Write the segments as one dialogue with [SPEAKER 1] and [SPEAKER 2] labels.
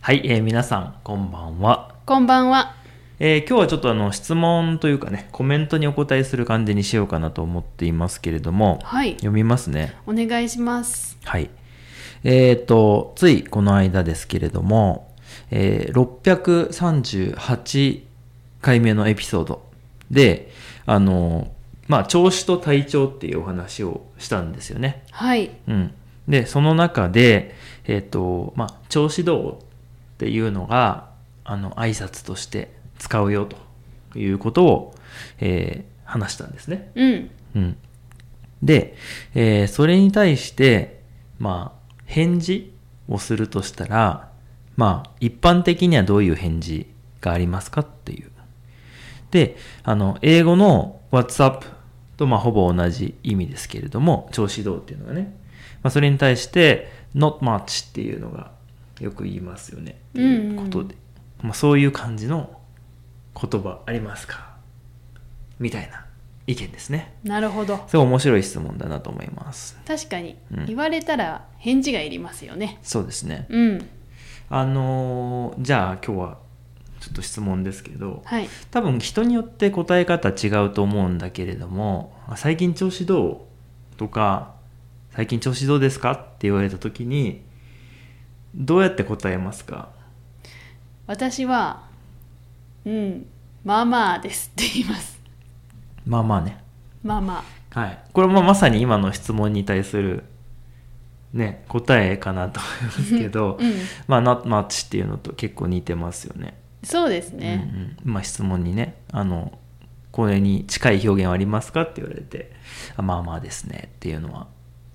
[SPEAKER 1] はい、えー皆さん、こんばんは。
[SPEAKER 2] こんばんは。
[SPEAKER 1] えー今日はちょっとあの、質問というかね、コメントにお答えする感じにしようかなと思っていますけれども、
[SPEAKER 2] はい。
[SPEAKER 1] 読みますね。
[SPEAKER 2] お願いします。
[SPEAKER 1] はい。えっ、と、ついこの間ですけれども、えー638回目のエピソードで、あの、まあ、調子と体調っていうお話をしたんですよね。
[SPEAKER 2] はい。
[SPEAKER 1] うん、でその中で、えっとまあ、調子どうっていうのがあの挨拶として使うよということを、えー話したんですね。
[SPEAKER 2] うん。
[SPEAKER 1] うん、で、えーそれに対して、まあ、返事をするとしたら、まあ、一般的にはどういう返事がありますかっていう。で、あの、英語の WhatsApp と、まあ、ほぼ同じ意味ですけれども、調子どうっていうのがね。まあ、それに対して、not much っていうのがよく言いますよね。っていうことで。まあ、そういう感じの言葉ありますかみたいな意見ですね。
[SPEAKER 2] なるほど。
[SPEAKER 1] すごい面白い質問だなと思います。
[SPEAKER 2] 確かに、
[SPEAKER 1] うん
[SPEAKER 2] 言われたら返事がいりますよね。
[SPEAKER 1] そうですね。
[SPEAKER 2] うん。
[SPEAKER 1] あのーじゃあ今日はちょっと質問ですけど、
[SPEAKER 2] はい。
[SPEAKER 1] 多分人によって答え方違うと思うんだけれども、あ最近調子どうとか、最近調子どうですかって言われた時に、どうやって答えますか
[SPEAKER 2] 私は、うん。まあまあですって言います。
[SPEAKER 1] まあまあね。
[SPEAKER 2] まあまあ。
[SPEAKER 1] はい。これもまさに今の質問に対する、ね、答えかなと思いますけど、
[SPEAKER 2] うん。
[SPEAKER 1] まあ、not much っていうのと結構似てますよね。
[SPEAKER 2] そうですね。
[SPEAKER 1] うんうん、まあ質問にねあのこれに近い表現はありますかって言われてあまあまあですねっていうのは、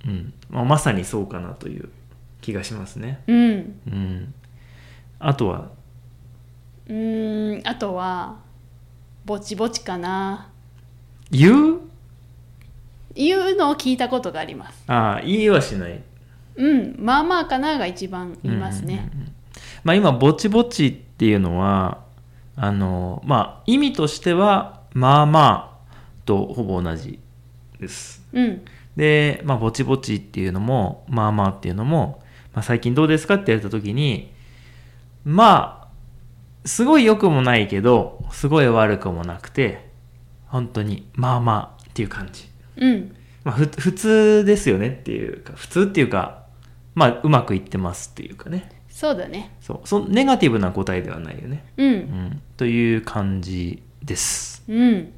[SPEAKER 1] うんまあ、まさにそうかなという気がしますね、
[SPEAKER 2] うん。
[SPEAKER 1] うん、あとは
[SPEAKER 2] うーん。あとは、ぼちぼちかな。
[SPEAKER 1] 言う
[SPEAKER 2] いうのを聞いたことがあります。
[SPEAKER 1] ああ言いはしない
[SPEAKER 2] うん。まあまあかなが一番言いますね。
[SPEAKER 1] うんうんうんうんまあ、今ぼちぼちっていうのはあのまあ意味としてはまあまあとほぼ同じです
[SPEAKER 2] うん。
[SPEAKER 1] で、まあ、ぼちぼちっていうのも、まあまあっていうのも、まあ、最近どうですかって言われた時に、まあ、すごい良くもないけど、すごい悪くもなくて、本当に、まあまあっていう感じ。
[SPEAKER 2] うん。
[SPEAKER 1] まあ、ふ普通ですよねっていうか、普通っていうか、まあ、うまくいってますっていうかね。
[SPEAKER 2] そうだね。
[SPEAKER 1] そう。そのネガティブな答えではないよね。
[SPEAKER 2] う。
[SPEAKER 1] うんん。という感じです。
[SPEAKER 2] うん。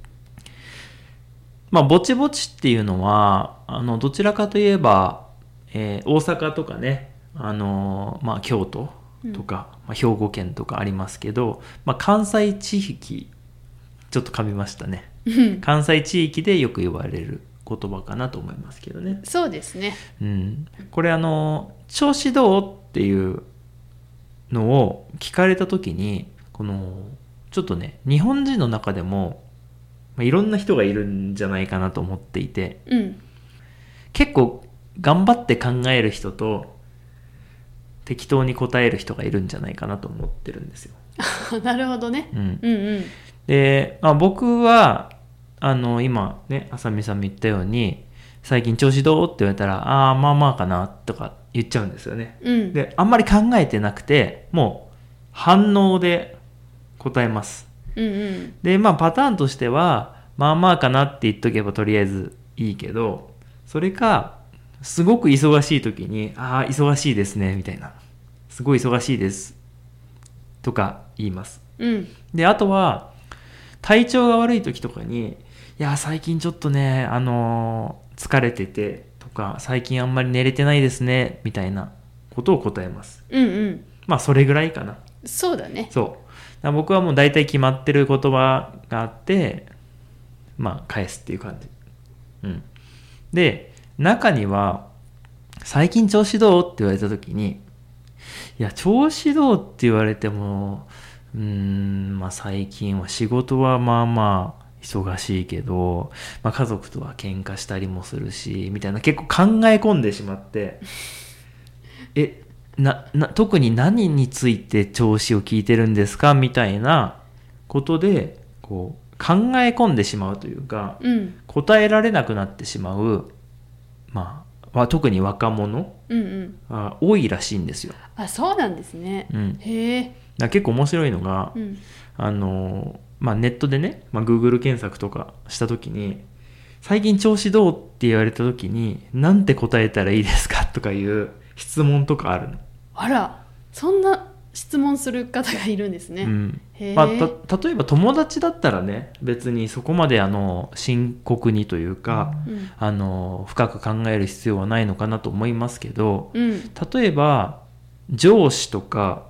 [SPEAKER 1] まあ、ぼちぼちっていうのは、あの、どちらかといえば、えー大阪とかね、あのーまあ、京都とか、まあ、兵庫県とかありますけど、まあ、関西地域、ちょっと噛みましたね。
[SPEAKER 2] うん。
[SPEAKER 1] 関西地域でよく言われる言葉かなと思いますけどね。
[SPEAKER 2] そうですね。
[SPEAKER 1] うん。これあのー調子どうっていうのを聞かれた時に、この、ちょっとね、日本人の中でも、まあ、いろんな人がいるんじゃないかなと思っていて、
[SPEAKER 2] うん。
[SPEAKER 1] 結構頑張って考える人と適当に答える人がいるんじゃないかなと思ってるんですよ。
[SPEAKER 2] なるほどね。
[SPEAKER 1] うん、
[SPEAKER 2] うんうん。
[SPEAKER 1] で、まあ、僕はあの今ねあさみさんも言ったように最近調子どうって言われたらああまあまあかなとか言っちゃうんですよね。
[SPEAKER 2] うん。
[SPEAKER 1] であんまり考えてなくてもう反応で答えます。
[SPEAKER 2] うんうん。
[SPEAKER 1] でまあパターンとしてはまあまあかなって言っとけばとりあえずいいけどそれかすごく忙しい時に「ああ忙しいですね」みたいな「すごい忙しいです」とか言います
[SPEAKER 2] うん。
[SPEAKER 1] であとは体調が悪い時とかに「いやー最近ちょっとねあのー疲れてて」とか「最近あんまり寝れてないですね」みたいなことを答えます
[SPEAKER 2] うんうん。
[SPEAKER 1] まあそれぐらいかな
[SPEAKER 2] そうだね。
[SPEAKER 1] そう。だから僕はもう大体決まってる言葉があって、まあ返すっていう感じ。うん。で、中には、最近調子どうって言われた時に、いや、調子どうって言われても、うーん、まあ最近は仕事はまあまあ忙しいけど、まあ家族とは喧嘩したりもするし、みたいな結構考え込んでしまって、 えなな特に何について調子を聞いてるんですかみたいなことでこう考え込んでしまうというか
[SPEAKER 2] うん。
[SPEAKER 1] 答えられなくなってしまう、まあ、わ特に若者
[SPEAKER 2] うんうん
[SPEAKER 1] あ多いらしいんですよ。
[SPEAKER 2] あそうなんですね
[SPEAKER 1] うん、だか
[SPEAKER 2] へえ
[SPEAKER 1] ら結構面白いのが、
[SPEAKER 2] うん
[SPEAKER 1] あのまあ、ネットでね、まあ、Google 検索とかした時に最近調子どうって言われた時になんて答えたらいいですかとかいう質問とかあるの。
[SPEAKER 2] あらそんな質問する方がいるんですね、
[SPEAKER 1] うん
[SPEAKER 2] へえ、
[SPEAKER 1] まあ、た例えば友達だったらね別にそこまであの深刻にというか、
[SPEAKER 2] うん
[SPEAKER 1] あの深く考える必要はないのかなと思いますけど
[SPEAKER 2] うん
[SPEAKER 1] 例えば上司とか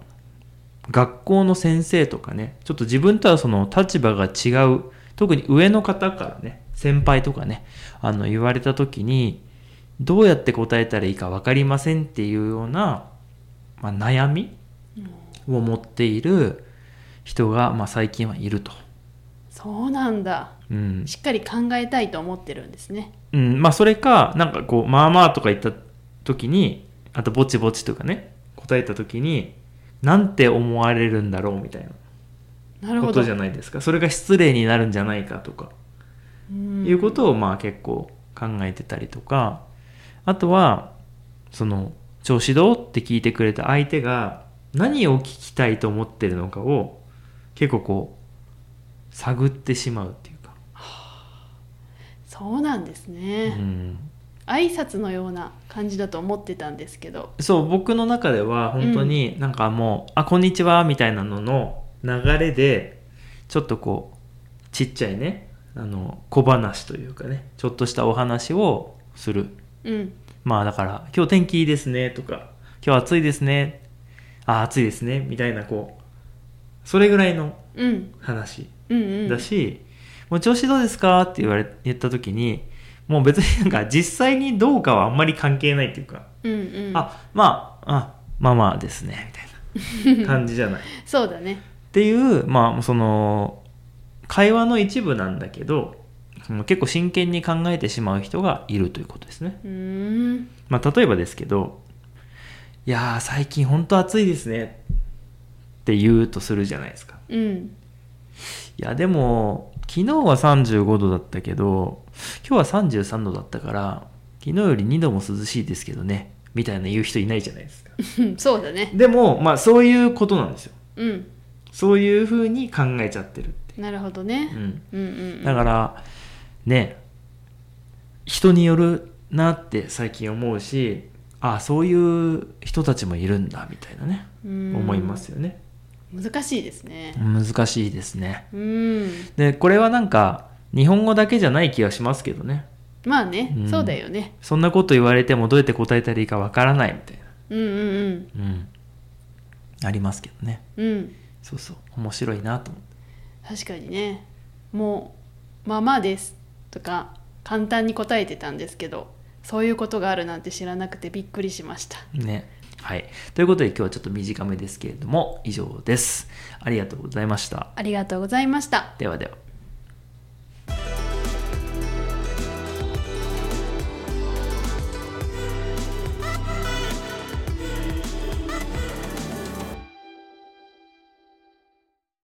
[SPEAKER 1] 学校の先生とかねちょっと自分とはその立場が違う特に上の方からね先輩とかねあの言われた時にどうやって答えたらいいか分かりませんっていうような、まあ、悩みを持っている人が、まあ、最近はいると。
[SPEAKER 2] そうなんだ
[SPEAKER 1] うん
[SPEAKER 2] しっかり考えたいと思ってるんですね
[SPEAKER 1] うん、まあそれか、なんかこう、まあまあとか言った時に、あとぼちぼちとかね、答えた時に、なんて思われるんだろうみたい
[SPEAKER 2] な
[SPEAKER 1] な
[SPEAKER 2] るほ
[SPEAKER 1] こ
[SPEAKER 2] ど
[SPEAKER 1] とじゃないですか。それが失礼になるんじゃないかとか、
[SPEAKER 2] うん
[SPEAKER 1] いうことをまあ結構考えてたりとか、あとは、その、調子どうって聞いてくれた相手が、何を聞きたいと思ってるのかを、結構こう、探ってしまうっていうか。
[SPEAKER 2] そうなんです
[SPEAKER 1] う
[SPEAKER 2] ね、
[SPEAKER 1] ん
[SPEAKER 2] 挨拶のような感じだと思ってたんですけど
[SPEAKER 1] そう僕の中では本当になんかもう「あこんにちは」みたいなのの流れでちょっとこうちっちゃいねあの小話というかねちょっとしたお話をする
[SPEAKER 2] うん
[SPEAKER 1] まあだから「今日天気いいですね」とか「今日暑いですね」あ「暑いですね」みたいなこうそれぐらいの
[SPEAKER 2] うん
[SPEAKER 1] 話
[SPEAKER 2] うんうん
[SPEAKER 1] だし、もう調子どうですかって言われ言った時にもう別になんか実際にどうかはあんまり関係ないっていうか
[SPEAKER 2] うんうん
[SPEAKER 1] あまああまあまあですねみ たいな感じじゃないっ
[SPEAKER 2] そうだね
[SPEAKER 1] ていうまあその会話の一部なんだけどその結構真剣に考えてしまう人がいるということですね、
[SPEAKER 2] うーん
[SPEAKER 1] まあ、例えばですけど「いやー最近ほんと暑いですね」って言うとするじゃないですか
[SPEAKER 2] うん
[SPEAKER 1] いやでも昨日は35度だったけど今日は33度だったから昨日より2度も涼しいですけどねみたいな言う人いないじゃないですか
[SPEAKER 2] うんそうだね
[SPEAKER 1] でも、まあ、そういうことなんですよ。
[SPEAKER 2] うん
[SPEAKER 1] そういうふうに考えちゃってるって。
[SPEAKER 2] なるほ
[SPEAKER 1] う
[SPEAKER 2] どね、
[SPEAKER 1] ん。
[SPEAKER 2] うん、うんうん
[SPEAKER 1] だから、ね、人によるなって最近思うし、あそういう人たちもいるんだ、みたいなね、
[SPEAKER 2] うん
[SPEAKER 1] 思いますよね。
[SPEAKER 2] 難しいですね
[SPEAKER 1] 難しいですね。
[SPEAKER 2] うん
[SPEAKER 1] で、これはなんか、日本語だけじゃない気がしますけどね。
[SPEAKER 2] まあね、
[SPEAKER 1] うん
[SPEAKER 2] そうだよね
[SPEAKER 1] そんなこと言われてもどうやって答えたらいいかわからないみたい
[SPEAKER 2] うんうん
[SPEAKER 1] な。うん。ありますけどね。
[SPEAKER 2] うんうん
[SPEAKER 1] そうそう。面白いなと思って。
[SPEAKER 2] 確かにねもう「まあまあです」とか簡単に答えてたんですけどそういうことがあるなんて知らなくてびっくりしました
[SPEAKER 1] ね。はい。ということで今日はちょっと短めですけれども、以上です。ありがとうございました。
[SPEAKER 2] ありがとうございました
[SPEAKER 1] ではでは。